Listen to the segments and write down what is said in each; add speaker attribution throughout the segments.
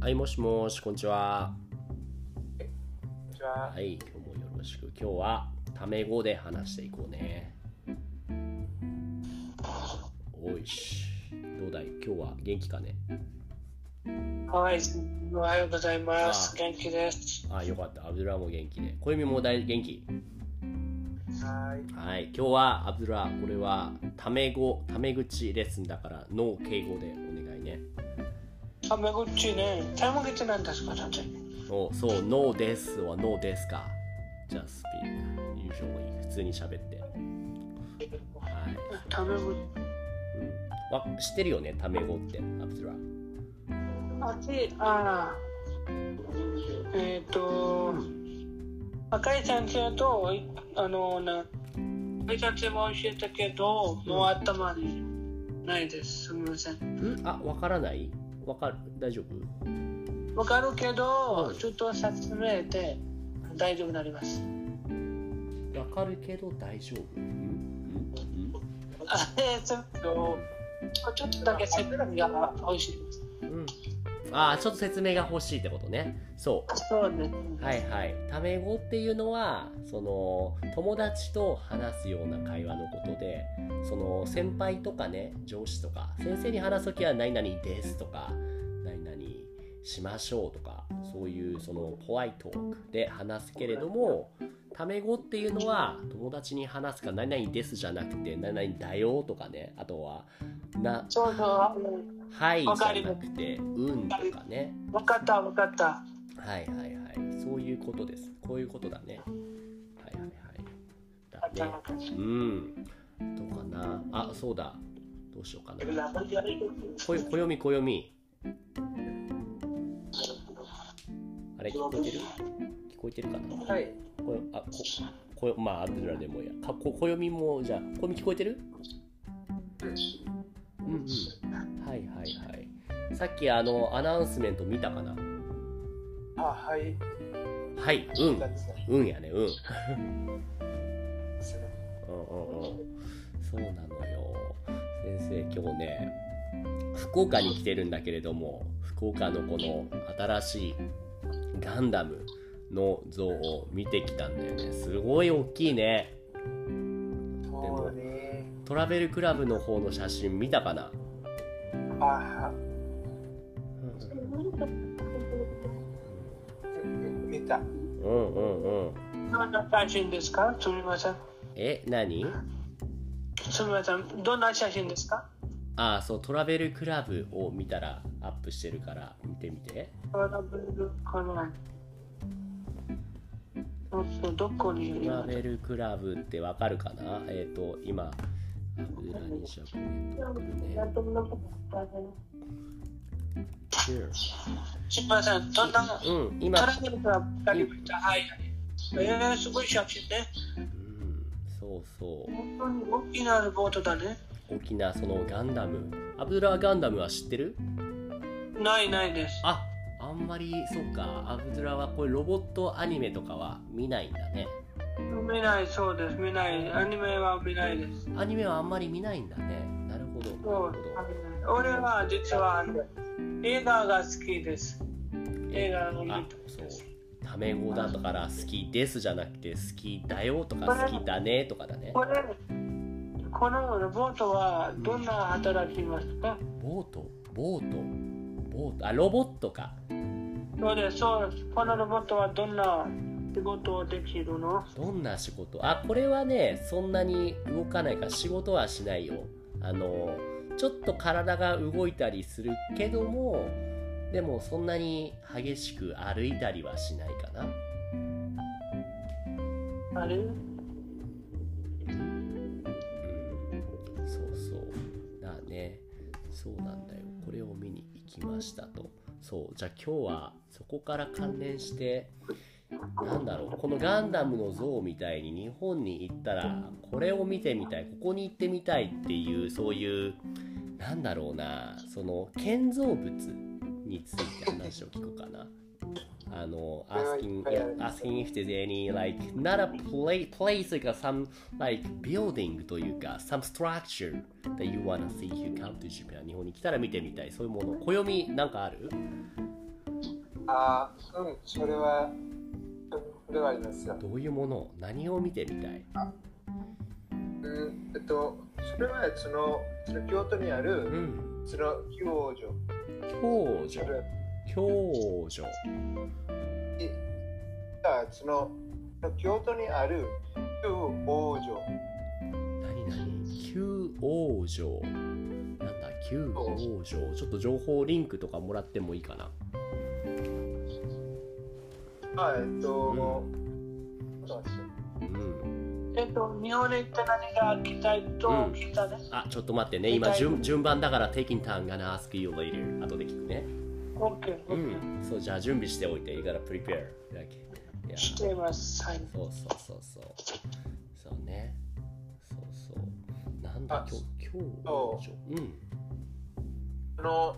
Speaker 1: はいもしもしこんにちは
Speaker 2: こんにちは
Speaker 1: は。い今日もよろしく今日はタメ語で話していこうねおいしどうだい今日は元気かね
Speaker 2: はい、おはようございます。
Speaker 1: あ
Speaker 2: 元気です。
Speaker 1: あよかったアブドゥラも元気で小指も大元気
Speaker 2: はい。
Speaker 1: はい今日はアブドゥラこれはタメ語タメ口レッスンだからの敬語でお願いね
Speaker 2: タメ口ね、タメ口なんですか、先
Speaker 1: おそう、ノーですはノーですか。じゃあ、スピーク。優勝がいい。普通に喋って。
Speaker 2: 生。
Speaker 1: はい。
Speaker 2: タメ口。
Speaker 1: うん。わ、知ってるよね、タメ語って、アブドゥラ。
Speaker 2: あっち、あーえっ、と、赤い先生と、いあの、な、赤い先生も教えたけど、もう頭にないです。すみません。
Speaker 1: んあ、わからないわかる大丈夫
Speaker 2: わかるけ
Speaker 1: は
Speaker 2: ど
Speaker 1: い、
Speaker 2: ちょっと説明で大丈夫になります。
Speaker 1: わかるけど大丈夫。んん
Speaker 2: あえーちょっと、ちょっとだけセブンが美味しいです。
Speaker 1: うんうん。あー、ちょっと説明が欲しいってことね。そう。
Speaker 2: そうね。
Speaker 1: はいはい。タメ語っていうのは、その、友達と話すような会話のことで、その、先輩とかね、上司とか、先生に話すときは、何々ですとか、何々しましょうとか、そういう、その、ポワイトークで話すけれども、タメ語っていうのは、友達に話すか、何々ですじゃなくて、何々だよとかね、あとは、な、
Speaker 2: そうそう、あ
Speaker 1: はいじゃなくて、うんとかね。
Speaker 2: 分かった、分かった。
Speaker 1: はいはいはいそういうことですこういうことだねはいはいはいだねうんどうかなあそうだどうしようかなこよこよみこよみあれ聞こえてる聞こえてるかな
Speaker 2: はい。
Speaker 1: こよあここよまあアブドゥラでもいいやかここよみもじゃあこよみ聞こえてるうんうんはいはいはいさっきあのアナウンスメント見たかな
Speaker 2: あ、はい。
Speaker 1: はいうん
Speaker 2: ですね。
Speaker 1: うんやねうんうんうんうんそうなのよ先生今日ね福岡に来てるんだけれども福岡のこの新しいガンダムの像を見てきたんだよねすごい大きいね
Speaker 2: そうね。
Speaker 1: トラベルクラブの方の写真見たかな
Speaker 2: あは、見た。
Speaker 1: うんうんうん
Speaker 2: どんな写真ですかすみません。
Speaker 1: え何
Speaker 2: すみません。どんな写真ですか
Speaker 1: ああそうトラベルクラブを見たらアップしてるから見てみて
Speaker 2: トラブルかな。ちょっとどこにい
Speaker 1: トラ
Speaker 2: る
Speaker 1: ベルクラブってわかるかなえっ、と今油にしゃく
Speaker 2: すみません。どんな。
Speaker 1: うん今
Speaker 2: トラブルが二人もいた。はいはい。えー、すごい写真ね。
Speaker 1: うんそうそ
Speaker 2: 本当に大きなボートだね。
Speaker 1: う大きなそのガンダムアブドゥラガンダムは知ってる
Speaker 2: ないないです。
Speaker 1: ああんまりそっかアブドゥラはこういうロボットアニメとかは見ないんだね
Speaker 2: 見ないそうです。見ない。アニメは見ないです。
Speaker 1: アニメはあんまり見ないんだねなるほどなる
Speaker 2: そう
Speaker 1: ほ
Speaker 2: 俺は実はあの映画が好きです。
Speaker 1: ど
Speaker 2: 映画を見
Speaker 1: あ
Speaker 2: たん
Speaker 1: そう
Speaker 2: です。
Speaker 1: タメ語だから好きですじゃなくて好きだよとか好きだねとかだね
Speaker 2: これ、このロボットはどんな働きますか
Speaker 1: ボートボートボートあロボットか
Speaker 2: そうです、そうです。このロボットはどんな仕事をできるの
Speaker 1: どんな仕事あこれはねそんなに動かないから仕事はしないよあのちょっと体が動いたりするけどもでもそんなに激しく歩いたりはしないかな
Speaker 2: あれ
Speaker 1: うんそうそうだねそうなんだよこれを見に行きましたとそうじゃあ今日はそこから関連してなんだろうこのガンダムの像みたいに日本に行ったらこれを見てみたいここに行ってみたいっていうそういうなんだろうなその建造物について話を聞こうかな。あの、asking, yeah, asking if there's any like not a place place like a, some like building というか some structure that you wanna see if you come to Japan 日本に来たら見てみたいそういうもの暦なんかある
Speaker 3: ああ、うん、それは、それはありますよ。
Speaker 1: どういうもの何を見てみたい
Speaker 3: うん、えっと、それはその、その京都にあ
Speaker 1: う
Speaker 3: る、
Speaker 1: ん
Speaker 3: その、京女、
Speaker 1: 共助
Speaker 3: それ
Speaker 1: 共助
Speaker 3: が、その、その京都にある、旧王女、
Speaker 1: 何何旧王女なんだ旧王女ちょっと情報リンクとかもらってもいいかな
Speaker 3: あえっと、
Speaker 1: うん
Speaker 3: そうなんですよ
Speaker 1: うん
Speaker 2: えっと、日本に行って何が来たいと
Speaker 1: うん
Speaker 2: 聞いたです。
Speaker 1: あちょっと待ってね今順順番だから taking time gonna ask you later 後で聞くね
Speaker 2: OK、
Speaker 1: うんそうじゃあ準備しておいて you gotta prepare like yeah
Speaker 2: しています。はい。
Speaker 1: そうそうそうそうそうねそうそうなんだ
Speaker 3: あ
Speaker 1: 今日今日
Speaker 3: そ
Speaker 1: うん
Speaker 3: その、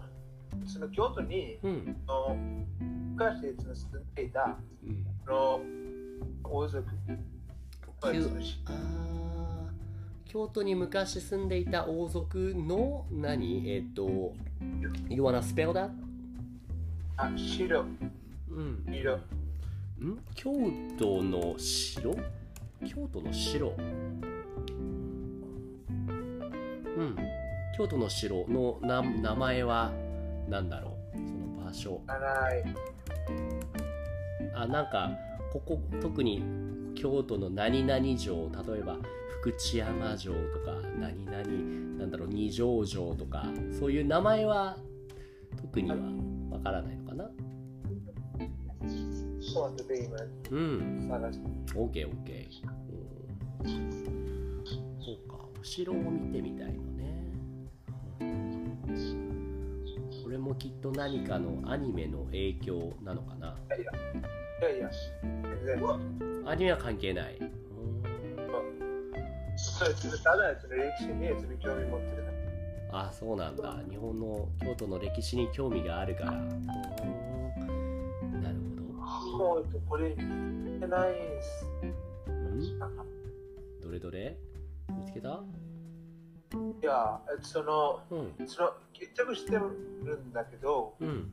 Speaker 3: その京都に、
Speaker 1: うん
Speaker 3: その、昔、その住んでいた、
Speaker 1: うん
Speaker 3: その、王族、
Speaker 1: 旧
Speaker 3: そのし
Speaker 1: あー京都に昔住んでいた王族の何えっ、と You wanna spell that?
Speaker 3: あ、白、
Speaker 1: うん
Speaker 3: 色。
Speaker 1: ん京都の城京都の城うん京都の城のな名前は何だろうその場所
Speaker 3: あない。
Speaker 1: あなんかここ特に京都の何々城例えば福知山城とか何々なんだろう二条城とかそういう名前は特にはわからないのかな
Speaker 3: ちょっと待ってて、
Speaker 1: うん
Speaker 3: 今、探して。
Speaker 1: OKOK、うんそうかお城を見てみたいのねこれもきっと何かのアニメの影響なのかない
Speaker 3: やいや、全然。
Speaker 1: アニメは関係ないうん
Speaker 3: そうですただ、その歴史にその興味持ってるだけ。
Speaker 1: あそうなんだ日本の京都の歴史に興味があるからうんなるほ
Speaker 3: もう、これ、見てないです。
Speaker 1: どうんどれどれ見つけた
Speaker 3: いや、その、
Speaker 1: うん
Speaker 3: その、決着してるんだけど、
Speaker 1: うん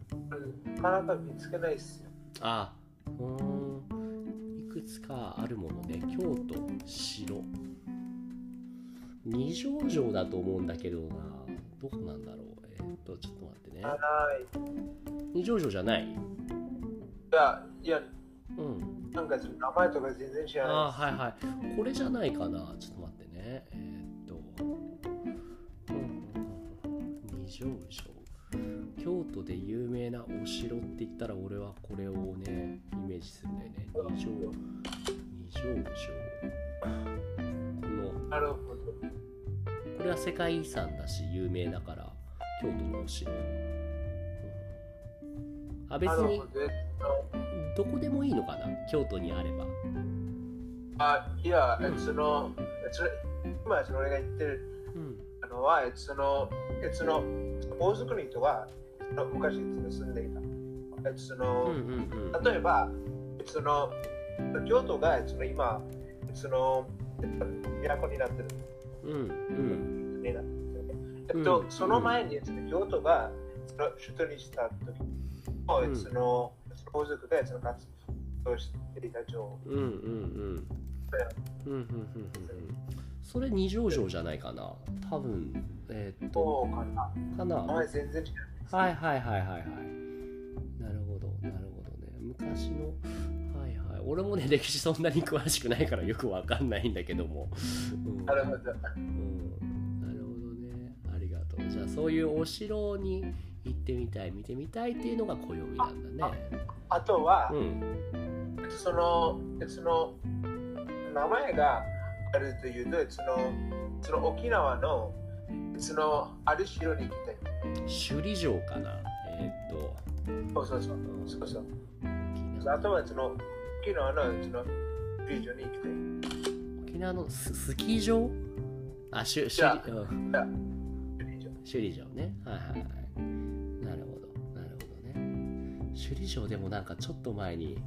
Speaker 3: なかなか見つけないですよ。
Speaker 1: あうんいくつかあるものね京都城二条城だと思うんだけどなどこなんだろうえーっとちょっと待ってね
Speaker 3: あない。い
Speaker 1: 二条城じゃない
Speaker 3: や、いや、
Speaker 1: うん
Speaker 3: なんかその名前とか全然知ら
Speaker 1: あ
Speaker 3: な
Speaker 1: はいはいこれじゃないかなちょっと待ってねえーっとうん二条城京都で有名なお城って言ったら俺はこれをねイメージするんだよね二条二条城この
Speaker 3: い。なるほど。
Speaker 1: これは世界遺産だし有名だから京都のお城、うんあ別
Speaker 3: なる
Speaker 1: に
Speaker 3: ほど。えっと
Speaker 1: どこでもいいのかな京都にあれば
Speaker 3: あ、いや、その、それ今、その俺が言ってる
Speaker 1: うん
Speaker 3: あのは、えその、えその、王族の人は、その昔その住んでいた。えそ
Speaker 1: うん
Speaker 3: の、
Speaker 1: うん
Speaker 3: 例えば、えその、京都が、えその今、えその、え都になってる。
Speaker 1: うんうんうん
Speaker 3: ねえっと、その前に、えその京都が、その首都にした時も、
Speaker 1: うん
Speaker 3: えその、その王族が、えその活動していた城。
Speaker 1: うんうんうんうんうんうんうんそれ二条城じゃないかな多分えーっと
Speaker 3: どうかな
Speaker 1: かな
Speaker 3: 名
Speaker 1: はい
Speaker 3: 前全然違う。
Speaker 1: はいはいはいはいなるほどなるほどね昔のはいはい俺もね歴史そんなに詳しくないからよくわかんないんだけども、うん、
Speaker 3: なるほど。
Speaker 1: うん、なるほどねありがとうじゃあそういうお城に行ってみたい見てみたいっていうのが暦なんだね
Speaker 3: あとは、
Speaker 1: うん
Speaker 3: その、その、名前があるというと、その、その沖縄の、その、ある城に来て、
Speaker 1: 首里城かなえーっと
Speaker 3: そうそうそう、
Speaker 1: うん
Speaker 3: そうそう。
Speaker 1: 沖
Speaker 3: あ
Speaker 1: 縄
Speaker 3: とは、その、沖縄の、その、ビジョンに来て、
Speaker 1: 沖縄のススキー場あ、しゅ、しゅ、
Speaker 3: いうや
Speaker 1: ん、
Speaker 3: ビジョン。
Speaker 1: 首里城ね。はいはいはい。なるほど、なるほどね。首里城でもなんかちょっと前に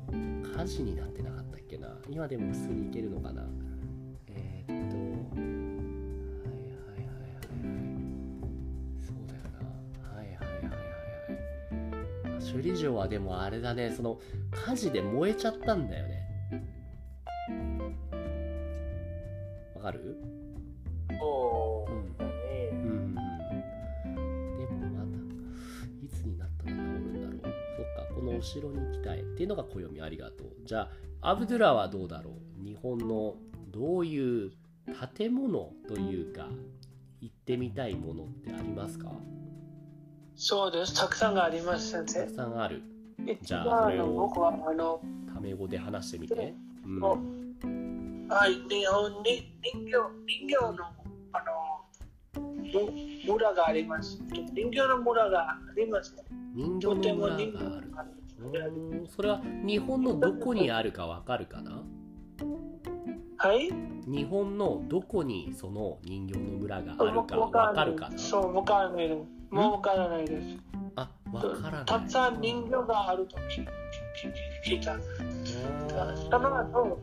Speaker 1: 火事になってなかったっけな。今でも普通に行けるのかな。えーっと、はいはいはいはいはい。そうだよな。はいはいはいはいはい。首首里城はでもあれだねその火事で燃えちゃったんだよねわかる
Speaker 3: そう
Speaker 1: うん
Speaker 3: だ
Speaker 1: う
Speaker 3: ね。
Speaker 1: んでもまだいつになったら治るんだろうそっかこのお城に行きたいっていうのが暦ありがとうじゃあアブドゥラはどうだろう日本のどういう建物というか行ってみたいものってありますか
Speaker 2: そうです。たくさんがあります、先
Speaker 1: た
Speaker 2: 生
Speaker 1: く。さんある
Speaker 2: 一
Speaker 1: じゃあ
Speaker 2: 番
Speaker 1: それを
Speaker 2: の僕は、あの、
Speaker 1: タメ語で話してみて、うん、
Speaker 2: おはい、日本に人形、人形の、あの、む村があります。人形の村があります。
Speaker 1: 人形
Speaker 2: とて
Speaker 1: の
Speaker 2: も
Speaker 1: 村
Speaker 2: 人形
Speaker 1: がある
Speaker 2: がある。
Speaker 1: うんそれは日本のどこにあるかわかるかな
Speaker 2: はい
Speaker 1: 日本のどこにその人形の村があるか
Speaker 2: わ
Speaker 1: わかるかな
Speaker 2: そう、わからないの。もうわからないです。
Speaker 1: あ、わからない。
Speaker 2: たくさん人形があると聞聞聞いた。その後、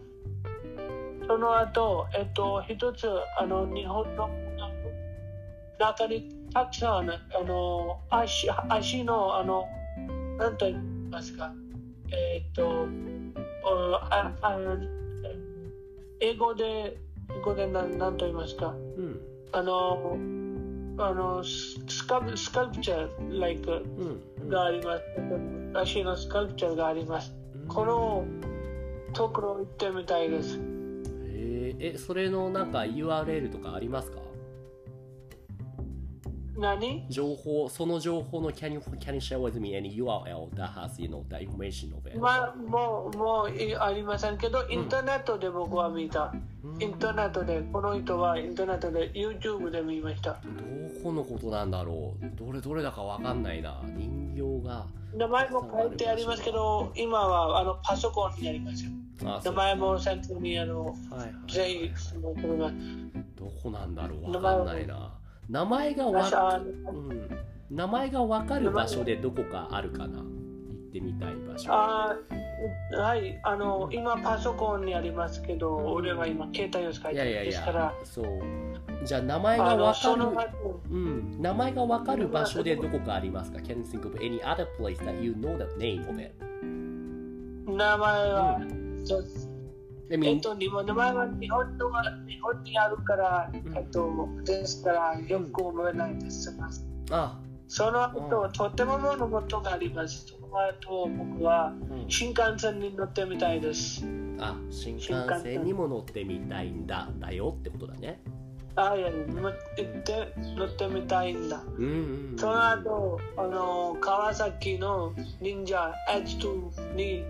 Speaker 2: その後、えっと、一つ、あの、日本の中にたくさん、あの、足、足の、あの、なんと言いますか、えっと、おああ英語で、英語でなんなんと言いますか、
Speaker 1: うん、
Speaker 2: あの、あの、ススカルスカルプチャー、like、
Speaker 1: うん、うん
Speaker 2: があります。足のスカルプチャーがあります。こ。のところ行ってみたいです。
Speaker 1: うんへええ、それのなんか URL とかありますか
Speaker 2: 何
Speaker 1: 情報、その情報の Can you, can you share with me any URL that has, you know, the information of it?
Speaker 2: まあ、もう、もういありませんけど、インターネットで僕は見た。
Speaker 1: うん
Speaker 2: インターネットで、この人はインターネットで、YouTube で見ました。
Speaker 1: どこのことなんだろうどれどれだかわかんないな。人形が。
Speaker 2: 名前も書いてありますけど、今はあのパソコンになりますよ。
Speaker 1: あ
Speaker 2: 名前も先に、あの、
Speaker 1: そうはいはい
Speaker 2: ぜひ、そのこれが
Speaker 1: どこなんだろうわかんないな。名前がわ
Speaker 2: 私
Speaker 1: か
Speaker 2: はあの
Speaker 1: うん、名前がわかる場所でどこかあるかな行ってみたい場所。
Speaker 2: あーはい、あの、今パソコンにありますけど、俺は今携帯を使い
Speaker 1: いやいやい
Speaker 2: ですから
Speaker 1: や、、そう。じゃあ名前が
Speaker 2: あの、
Speaker 1: わか
Speaker 2: その
Speaker 1: る、
Speaker 2: 後、
Speaker 1: うん、名前がわかる場所でどこかありますか ?Can you think of any other place that you know the name of it?
Speaker 2: 名前は、そう
Speaker 1: でみ
Speaker 2: えっと、日本名前は日本のは日本にあるから、
Speaker 1: ん
Speaker 2: えっと、ですから、よく覚えないです。
Speaker 1: あ、
Speaker 2: その後、
Speaker 1: う
Speaker 2: とても物事があります。その後、僕は
Speaker 1: ん
Speaker 2: 新幹線に乗ってみたいです。
Speaker 1: あ、新幹線にも乗ってみたいんだ、だよってことだね。
Speaker 2: あ、いや、乗って、乗ってみたいんだ。
Speaker 1: うんうん、
Speaker 2: その後、あの、川崎の忍者 H2 に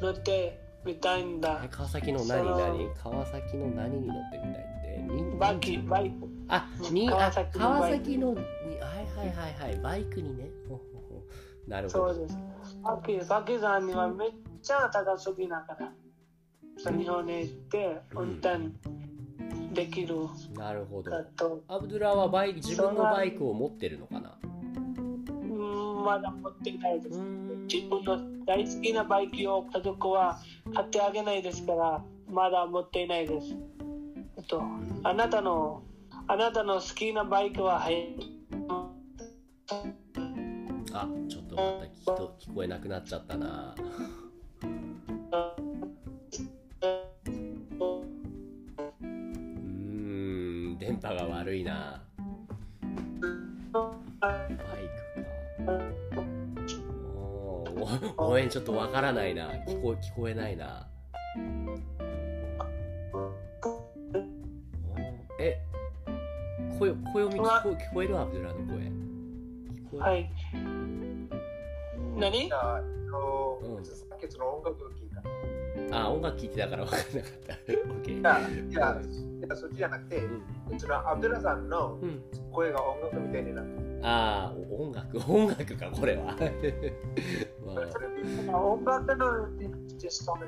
Speaker 2: 乗ってみたいんだ
Speaker 1: え。川崎の
Speaker 2: そ
Speaker 1: 何
Speaker 2: の
Speaker 1: 何川崎の何に乗ってみたいって忍
Speaker 2: バキ、バイク。
Speaker 1: あ、に
Speaker 2: 川
Speaker 1: あ
Speaker 2: 崎の
Speaker 1: 川
Speaker 2: バイク
Speaker 1: 崎のにはいはいはいはいバイクにね。ほうほうほうなるほ
Speaker 2: そう
Speaker 1: ど。
Speaker 2: です。パキパキさんにはめっちゃ高すぎだから。そう日本に行って運転できる
Speaker 1: なるほど。
Speaker 2: かと、
Speaker 1: アブドゥラはバイク自分のバイクを持ってるのかな。
Speaker 2: うん、まだ持ってないで
Speaker 1: う
Speaker 2: す。
Speaker 1: ん
Speaker 2: 自分の大好きなバイクを家族は買ってあげないですから、まだ持っていないです。あと、あなたの、あなたの好きなバイクは、はい。
Speaker 1: あ、ちょっとまた聞と聞こえなくなっちゃったな。うーん、電波が悪いな。バイクか。おーお応援ちょっとわからないな。聞こ聞こえないな。おーえ、声声を聞こ聞こえるアブドゥラの声。聞こえる
Speaker 2: はい。何
Speaker 3: じゃあ、の
Speaker 1: うん
Speaker 3: さっきその音楽を聞いた。
Speaker 1: あ、音楽聴いてたから分かんなかった。 オッケ
Speaker 3: い
Speaker 1: ー。
Speaker 3: や、いや、いやそっちじゃなくて、そのアブドゥラさんの
Speaker 1: うん。
Speaker 3: 声が音楽みたいになって
Speaker 1: ああ、お音楽、 音楽か、これは。ま
Speaker 3: る、それ
Speaker 2: 音楽のですか
Speaker 1: あ、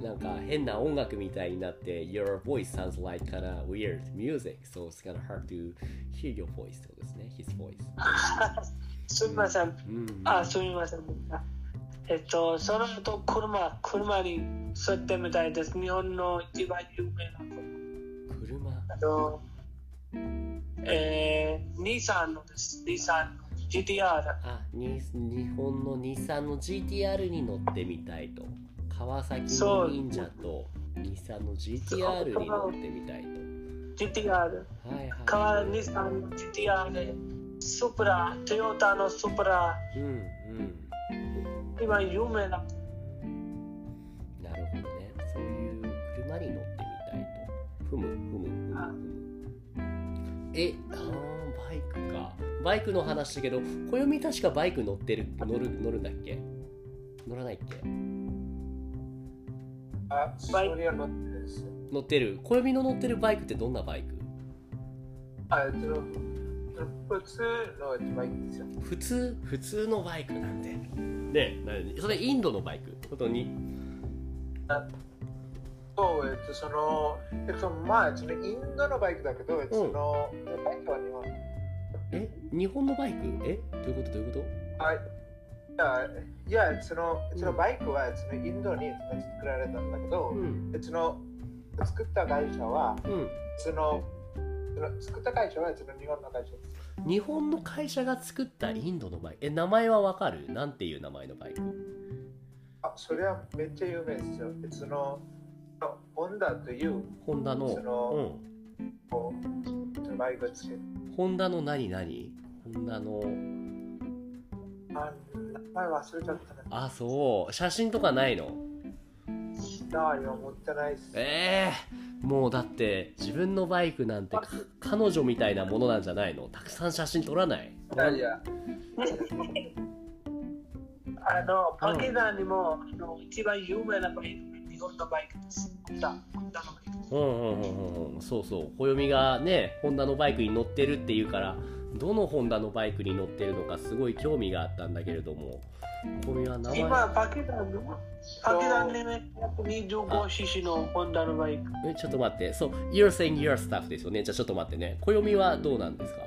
Speaker 1: なんか変な音楽みたいになって、Your voice sounds like kinda weird music, so it's kinda hard to hear your voice ってことですね、his voice。
Speaker 2: すみませ
Speaker 1: う
Speaker 2: ん。
Speaker 1: ん。
Speaker 2: あ、すみません。えっと、その後、車、車に座ってみたいです。日本の一番有名な
Speaker 1: 車。
Speaker 2: 車。あの、えー、ニーサンのです。ニーサンの。 GTR。
Speaker 1: あに日本の日産の GTR に乗ってみたいと川崎の忍者と日産の GTR に乗ってみたいと
Speaker 2: GTR。
Speaker 1: はいはい
Speaker 2: カワニさんの GTR。スプラ、トヨタのスプラ。
Speaker 1: うんうん
Speaker 2: 今有名な。
Speaker 1: なるほどねそういう車に乗ってみたいとふむふむふむふむえあーバイクかバイクの話だけど暦確かバイク乗ってる乗る乗るんだっけ乗らないっけ
Speaker 3: あ、それは乗ってるんですよ。
Speaker 1: 乗ってる暦の乗ってるバイクってどんなバイク
Speaker 3: あ、えっと、普通のバイクですよ。
Speaker 1: 普通普通のバイクなんてでなそれインドのバイク本当に
Speaker 3: そう、えっと、その、えっと、まあ、そのインドのバイクだけど、その、バイクは日本。
Speaker 1: え日本のバイクえどういうことどういうこ
Speaker 3: はい。いや、その、そのバイクは、そのインドに作られたんだけ
Speaker 1: と
Speaker 3: ど、
Speaker 1: ん
Speaker 3: その、作った会社は、
Speaker 1: うん
Speaker 3: その、その作った会社は、その日本の会社です。
Speaker 1: 日本の会社が作ったインドのバイクえ名前はわかるなんていう名前のバイク
Speaker 3: あ、それはめっちゃ有名ですよ。その、ホンダという、
Speaker 1: ホンダの
Speaker 3: その
Speaker 1: うん
Speaker 3: こう、そのバイクをつけて、
Speaker 1: ホンダの何何ホンダの
Speaker 3: あ、名前忘れちゃったな。
Speaker 1: あそう写真とかないの
Speaker 3: なあ、今持ってないです。
Speaker 1: ええもうだって自分のバイクなんてか彼女みたいなものなんじゃないのたくさん写真撮らない
Speaker 3: いやいや、
Speaker 2: あの、パキスタンにも、あの、一番有名なバイク、日本のバイクです。ホンダ、ホンダのバイク。
Speaker 1: うんうんうんうんうんそうそう暦がねホンダのバイクに乗ってるっていうからどのホンダのバイクに乗ってるのかすごい興味があったんだけれども暦は名前
Speaker 2: 今、パキスタンの、パキスタンにね、25cc のホンダのバイク。
Speaker 1: えちょっと待ってそう You're saying your stuff ですよねじゃあちょっと待ってね暦はどうなんですか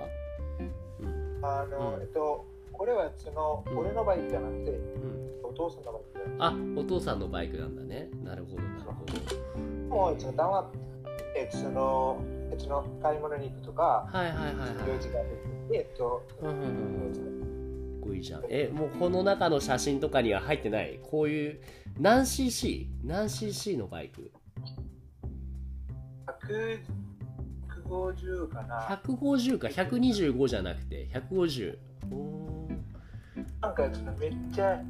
Speaker 3: あの、
Speaker 1: うん
Speaker 3: えっと、これはその、
Speaker 1: うん
Speaker 3: 俺のバイクじゃなくて、
Speaker 1: うん
Speaker 3: お父さんのバイクで。
Speaker 1: あお父さんのバイクなんだねなるほどなるほど
Speaker 3: もう、その、黙って、えっと、その、えっと、その買い物に行くとか、
Speaker 1: はいはいはいはい
Speaker 3: 用事があるで、えっと、
Speaker 1: うんうんうんすごいじゃんえもうこの中の写真とかには入ってないこういう何 cc? 何 cc のバイク
Speaker 3: 100 150かな。
Speaker 1: 150か125じゃなくて150
Speaker 3: なんか、その、めっちゃ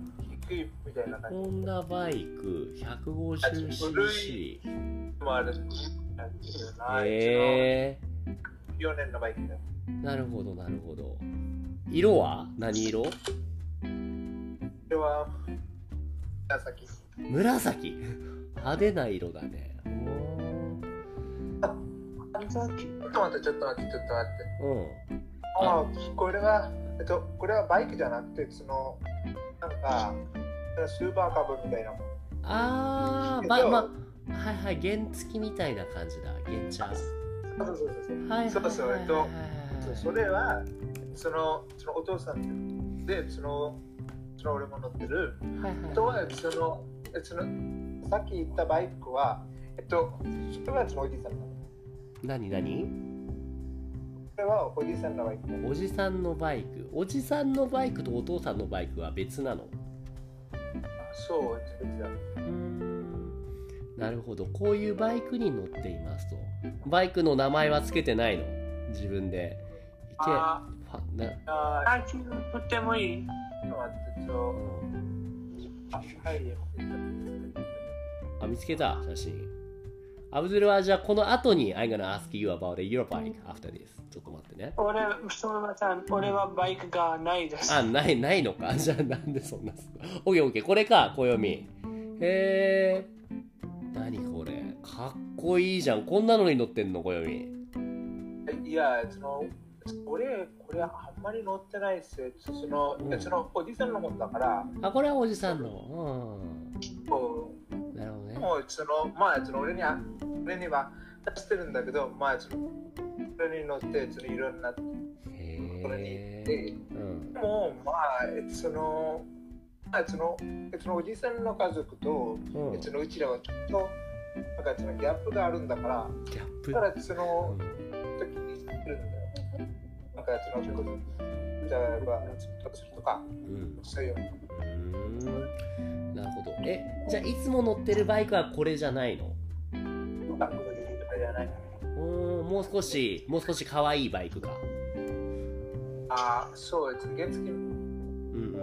Speaker 3: 低いみたいな感
Speaker 1: ホンダバイク 150cc
Speaker 3: じもあるんですけどな。え
Speaker 1: へえ
Speaker 3: 一応、4年のバイクで。
Speaker 1: なるほどなるほど色は何色
Speaker 3: これは、紫。
Speaker 1: 紫派手な色だね
Speaker 3: ちょっと待って、ちょっと待って、ちょっと待って。
Speaker 1: うん
Speaker 3: あこれは、えっと、これはバイクじゃなくて、その、なんか、スーパーカブみたいなもん。
Speaker 1: あーばまはいはい原付きみたいな感じだ原チャー
Speaker 3: そうそうそうそう。
Speaker 1: はいはいはいはい
Speaker 3: そうそうえっと
Speaker 1: はい
Speaker 3: そうそれは、その、そのお父さんで、その、その俺も乗ってる。
Speaker 1: はいはい
Speaker 3: あとは、その、えその、さっき言ったバイクは、えっと、それはそのおじさんなの。こ
Speaker 1: 何何
Speaker 3: れはおじさんのバイク。
Speaker 1: おじさんのバイクおじさんのバイクとお父さんのバイクは別なの
Speaker 3: そう、えっと
Speaker 1: なるほどこういうバイクに乗っていますとバイクの名前はつけてないの自分でいけ
Speaker 2: あ
Speaker 1: ファな
Speaker 3: あ
Speaker 2: あ、ちとってもいい。
Speaker 3: ー、ちょっと待って、ちょあ、はい。
Speaker 1: あ見つけた写真アブドゥルはじゃあこの後に I'm gonna ask you about your bike after this ちょっと待ってね
Speaker 2: 俺、すみません。俺はバイクがないです。
Speaker 1: あないないのかじゃあなんでそんな OKOK これか暦へえ何これかっこいいじゃんこんなのに乗ってんの暦
Speaker 3: いや、その、俺、これあんまり乗ってないっすよ。その、
Speaker 1: うん
Speaker 3: そのおじさんのもんだから、
Speaker 1: あこれはおじさんの
Speaker 3: こ
Speaker 1: うんなるほど
Speaker 3: う
Speaker 1: ね
Speaker 3: もう、その、まあ、その俺には、俺には出してるんだけど、まあ、その、それに乗って、そのいろんな、これに
Speaker 1: へ
Speaker 3: で
Speaker 1: え、うん、
Speaker 3: もう、まあ、その、まあ、その、そのおじさんの家族と、
Speaker 1: うん、ギ
Speaker 3: そのうちらはちょっと、なんかそのギャップがあるんだから、
Speaker 1: ャップ
Speaker 3: だからその
Speaker 1: う、ん
Speaker 3: 時にしてるんだよ。なんかその、例えば納得するとか、
Speaker 1: うん
Speaker 3: そういう。
Speaker 1: うーんなるほどえじゃあいつも乗ってるバイクはこれじゃないのうーんもう少しもう少し可愛いバイクか
Speaker 3: ああ、そうです。原付
Speaker 1: うんうんうん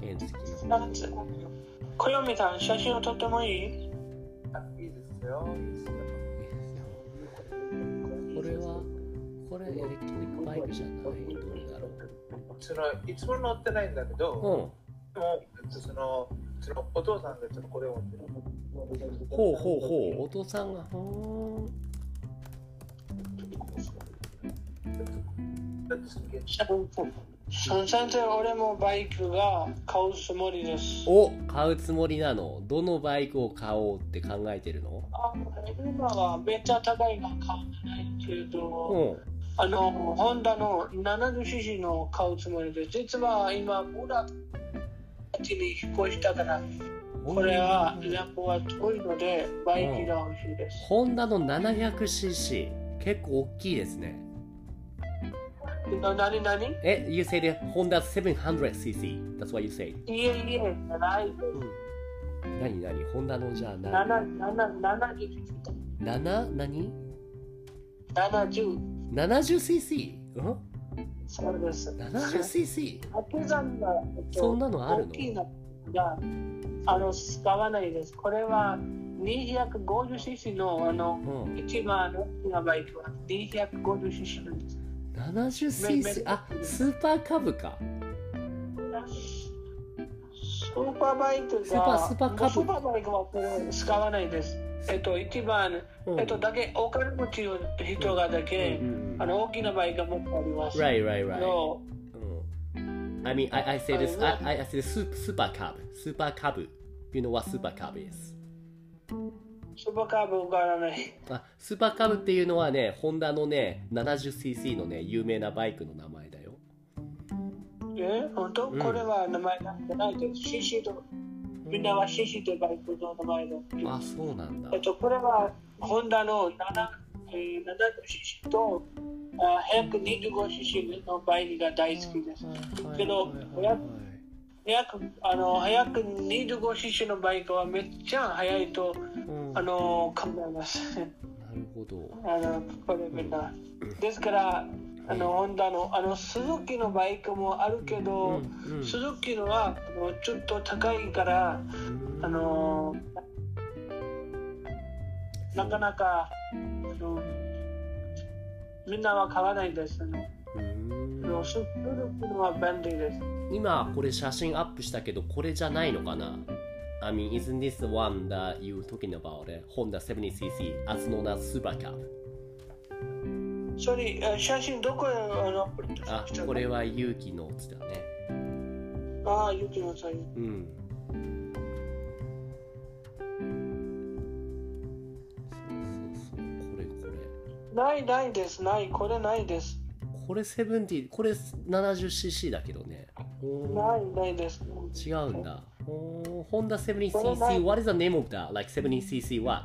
Speaker 1: 原付の
Speaker 2: なんつ小読みさん、写真を撮ってもいい
Speaker 3: いいですよ。いいですよ
Speaker 1: これはこれエレクトリックバイクじゃないどれだろ
Speaker 3: そのいつも乗ってないんだけど、
Speaker 1: ううん
Speaker 3: でもそのそのお父さんがちょっとこれを持ってる。
Speaker 1: ほうほうほうお父さんがほーん
Speaker 3: だってすげえ
Speaker 2: そんさんと俺もバイクが買うつもりです。
Speaker 1: お買うつもりなのどのバイクを買おうって考えてるの
Speaker 2: あ今はめっちゃ高いが買わないけ
Speaker 1: う
Speaker 2: ど、
Speaker 1: ん
Speaker 2: あの、ホンダの 70cc の買うつもりです。実は今、ブラ町に引っ越したから、これはラップは遠いので、バイクが欲しいです。
Speaker 1: ホンダの 700cc 結構大きいですね
Speaker 2: な何何
Speaker 1: え you said Honda 700cc that's what you say
Speaker 2: いえいえ、ないです。
Speaker 1: 何何ホンダのじゃあな
Speaker 2: 7、7、70。
Speaker 1: 7何
Speaker 2: 70
Speaker 1: 70cc うん
Speaker 2: そうです。
Speaker 1: 70cc
Speaker 2: 掛け算が、えっと
Speaker 1: そんなのあるの
Speaker 2: 大きいのがあの使わないです。これは 250cc のあの
Speaker 1: うん
Speaker 2: 一番大きなバイクは 250cc なんです。
Speaker 1: 70cc あスーパーカブか
Speaker 2: スーパーバイクが
Speaker 1: スーパースーパーカブ
Speaker 2: スーパーバイクはこれ使わないです。えっと一番、
Speaker 1: うん
Speaker 2: えっとだけお金持ちの人がだけ、
Speaker 1: うん
Speaker 2: あの大きなバイクが持ってあります。
Speaker 1: right right right
Speaker 2: の
Speaker 1: I mean, I, I say this, I,
Speaker 2: I
Speaker 1: I, I say this super, super cab, super cab. You know what super cab is?
Speaker 2: スーパーカブわからない。
Speaker 1: あ、スーパーカブっていうのはね、ホンダのね、70cc のね、有名なバイクの名前だよ。
Speaker 2: え本当、
Speaker 1: うん
Speaker 2: これは名前なんてないです。シシと、みんなはシシとバイクの名前だ。
Speaker 1: あ、そうなんだ
Speaker 2: えっ。と、これはホンダの7、えー、70cc とあ 125cc のバイクが大好きです。けど
Speaker 1: はい
Speaker 2: 200あの 125cc のバイクはめっちゃ速いと、
Speaker 1: うん
Speaker 2: あ
Speaker 1: なる
Speaker 2: の考えます。
Speaker 1: ほど。
Speaker 2: あのこれみんな。ですから、あのホンダのあのスズキのバイクもあるけど、
Speaker 1: うんうん
Speaker 2: スズキのはあのちょっと高いから、あのーなかなか、あのみんなは買わないです。あの
Speaker 1: うん
Speaker 2: あのスズキのは便利です。
Speaker 1: 今これ写真アップしたけど、これじゃないのかな I mean, isn't this the one that you talking about? Honda 70cc, as known as super cab.
Speaker 2: それえ写真どこへあの
Speaker 1: あ、これは勇気のつだね。
Speaker 2: ああ、ゆきのさん。
Speaker 1: うん。そうそうそう。これこれ。
Speaker 2: ないないです。ない。これないです。
Speaker 1: これセブンティこれ 70cc だけどね。おー
Speaker 2: ないないです。
Speaker 1: 違うんだ。おーホンダ 70cc。What is the name of that? Like 70cc what?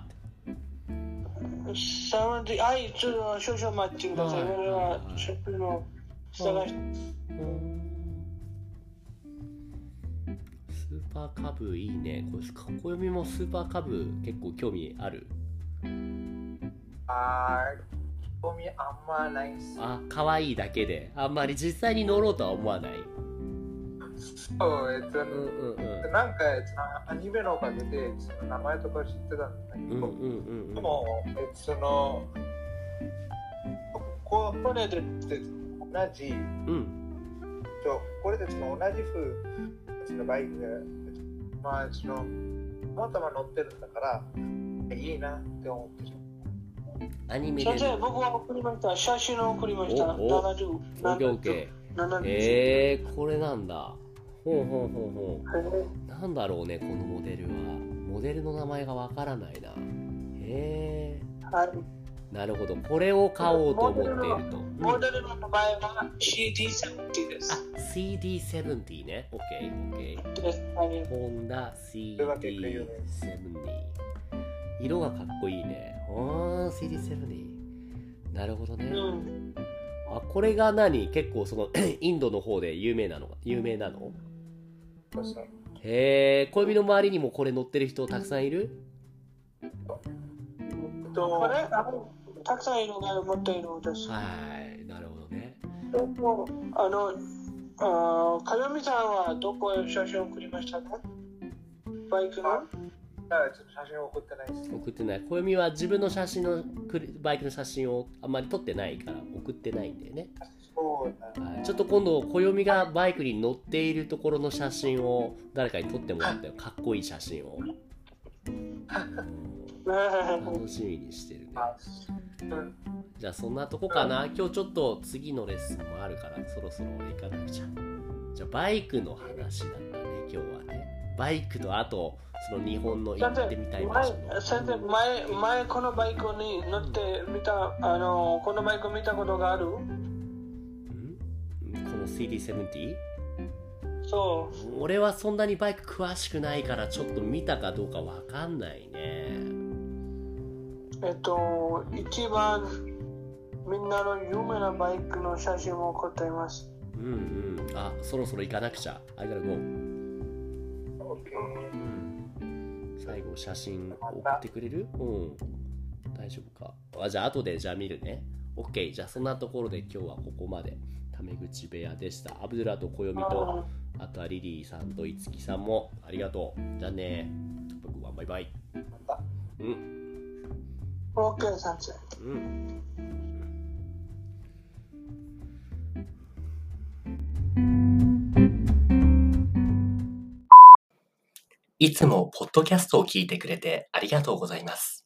Speaker 2: サウンド、はい、ちょっと少々待ってください。
Speaker 1: はい
Speaker 2: 俺はショップの探し
Speaker 1: おースーパーカブいいね。これ暦もスーパーカブ結構興味ある。
Speaker 3: ああ、興味あんまないっす。
Speaker 1: あ、可愛いだけで。あんまり実際に乗ろうとは思わない。
Speaker 3: そう、えっと、
Speaker 1: うんうんうん。
Speaker 3: なんか、えっとアニメのおかげで、その名前とか知ってたんだけ
Speaker 1: うんう
Speaker 3: ど、
Speaker 1: んうんうん
Speaker 3: でも、えっと、その、ここれで同じ、
Speaker 1: うん
Speaker 3: とこれでその同じ風のバイクで、まあ、その、たまたま乗ってるんだから、いいなって思ってしまう。
Speaker 1: アニメで
Speaker 2: 先生、僕は送りました。写真を送りました。
Speaker 1: おお
Speaker 2: 70。
Speaker 1: オッケーオッケ
Speaker 2: 70
Speaker 1: ーえー、これなんだほうほうほうほ
Speaker 2: え
Speaker 1: うなんだろうねこのモデルはモデルの名前がわからないなへえ
Speaker 2: ーはい。
Speaker 1: ー、なるほどこれを買おうと思っていると、うん
Speaker 2: モデルの名前は CD70 で
Speaker 1: あ
Speaker 2: す。
Speaker 1: CD70 ね OKOK
Speaker 2: ですはい
Speaker 1: ホンダ
Speaker 3: れは結構有
Speaker 1: CD70 色がかっこいいねあー CD70 なるほどね、
Speaker 2: うん
Speaker 1: あこれが何結構その インドの方で有名なの有名なの
Speaker 3: そうそう
Speaker 1: へえ小指の周りにもこれ乗ってる人たくさんいる
Speaker 3: えっ
Speaker 2: ことれ、あの、たくさんいるが持っているんです。
Speaker 1: はいなるほどね
Speaker 2: でもあの、あーかよみさんはどこへ写真を送りましたかバイクの
Speaker 3: あちょっと写真送ってないです
Speaker 1: 送ってない小指は自分の写真のくるバイクの写真をあんまり撮ってないから送ってないんだよね
Speaker 3: そうだ
Speaker 1: はいちょっと今度暦がバイクに乗っているところの写真を誰かに撮ってもらったよかっこいい写真 をうん楽しみにしてるね
Speaker 3: あうん
Speaker 1: じゃあそんなとこかな今日ちょっと次のレッスンもあるからそろそろ俺行かなくちゃじゃあバイクの話だったね今日はねバイクとあとその日本の行ってみたい場所の
Speaker 2: 先生前前このバイクに乗ってみたあのこのバイク見たことがある
Speaker 1: うんこの CD70?
Speaker 2: そ
Speaker 1: 俺はそんなにバイク詳しくないからちょっと見たかどうかわかんないね
Speaker 2: うえっと一番みんなの有名なバイクの写真を送っています
Speaker 1: うんうんあそろそろ行かなくちゃ I gotta go、
Speaker 3: OK
Speaker 1: うん最後写真送ってくれるうん大丈夫かあじゃあ後でじゃあ見るね OK じゃあそんなところで今日はここまでタメ口部屋でしたアブドゥラと小読みとあとはリリーさんといつきさんもありがとうじゃあね僕はバイバイ
Speaker 3: また
Speaker 1: うん
Speaker 2: オッケー先生
Speaker 1: うんいつもポッドキャストを聞いてくれてありがとうございます。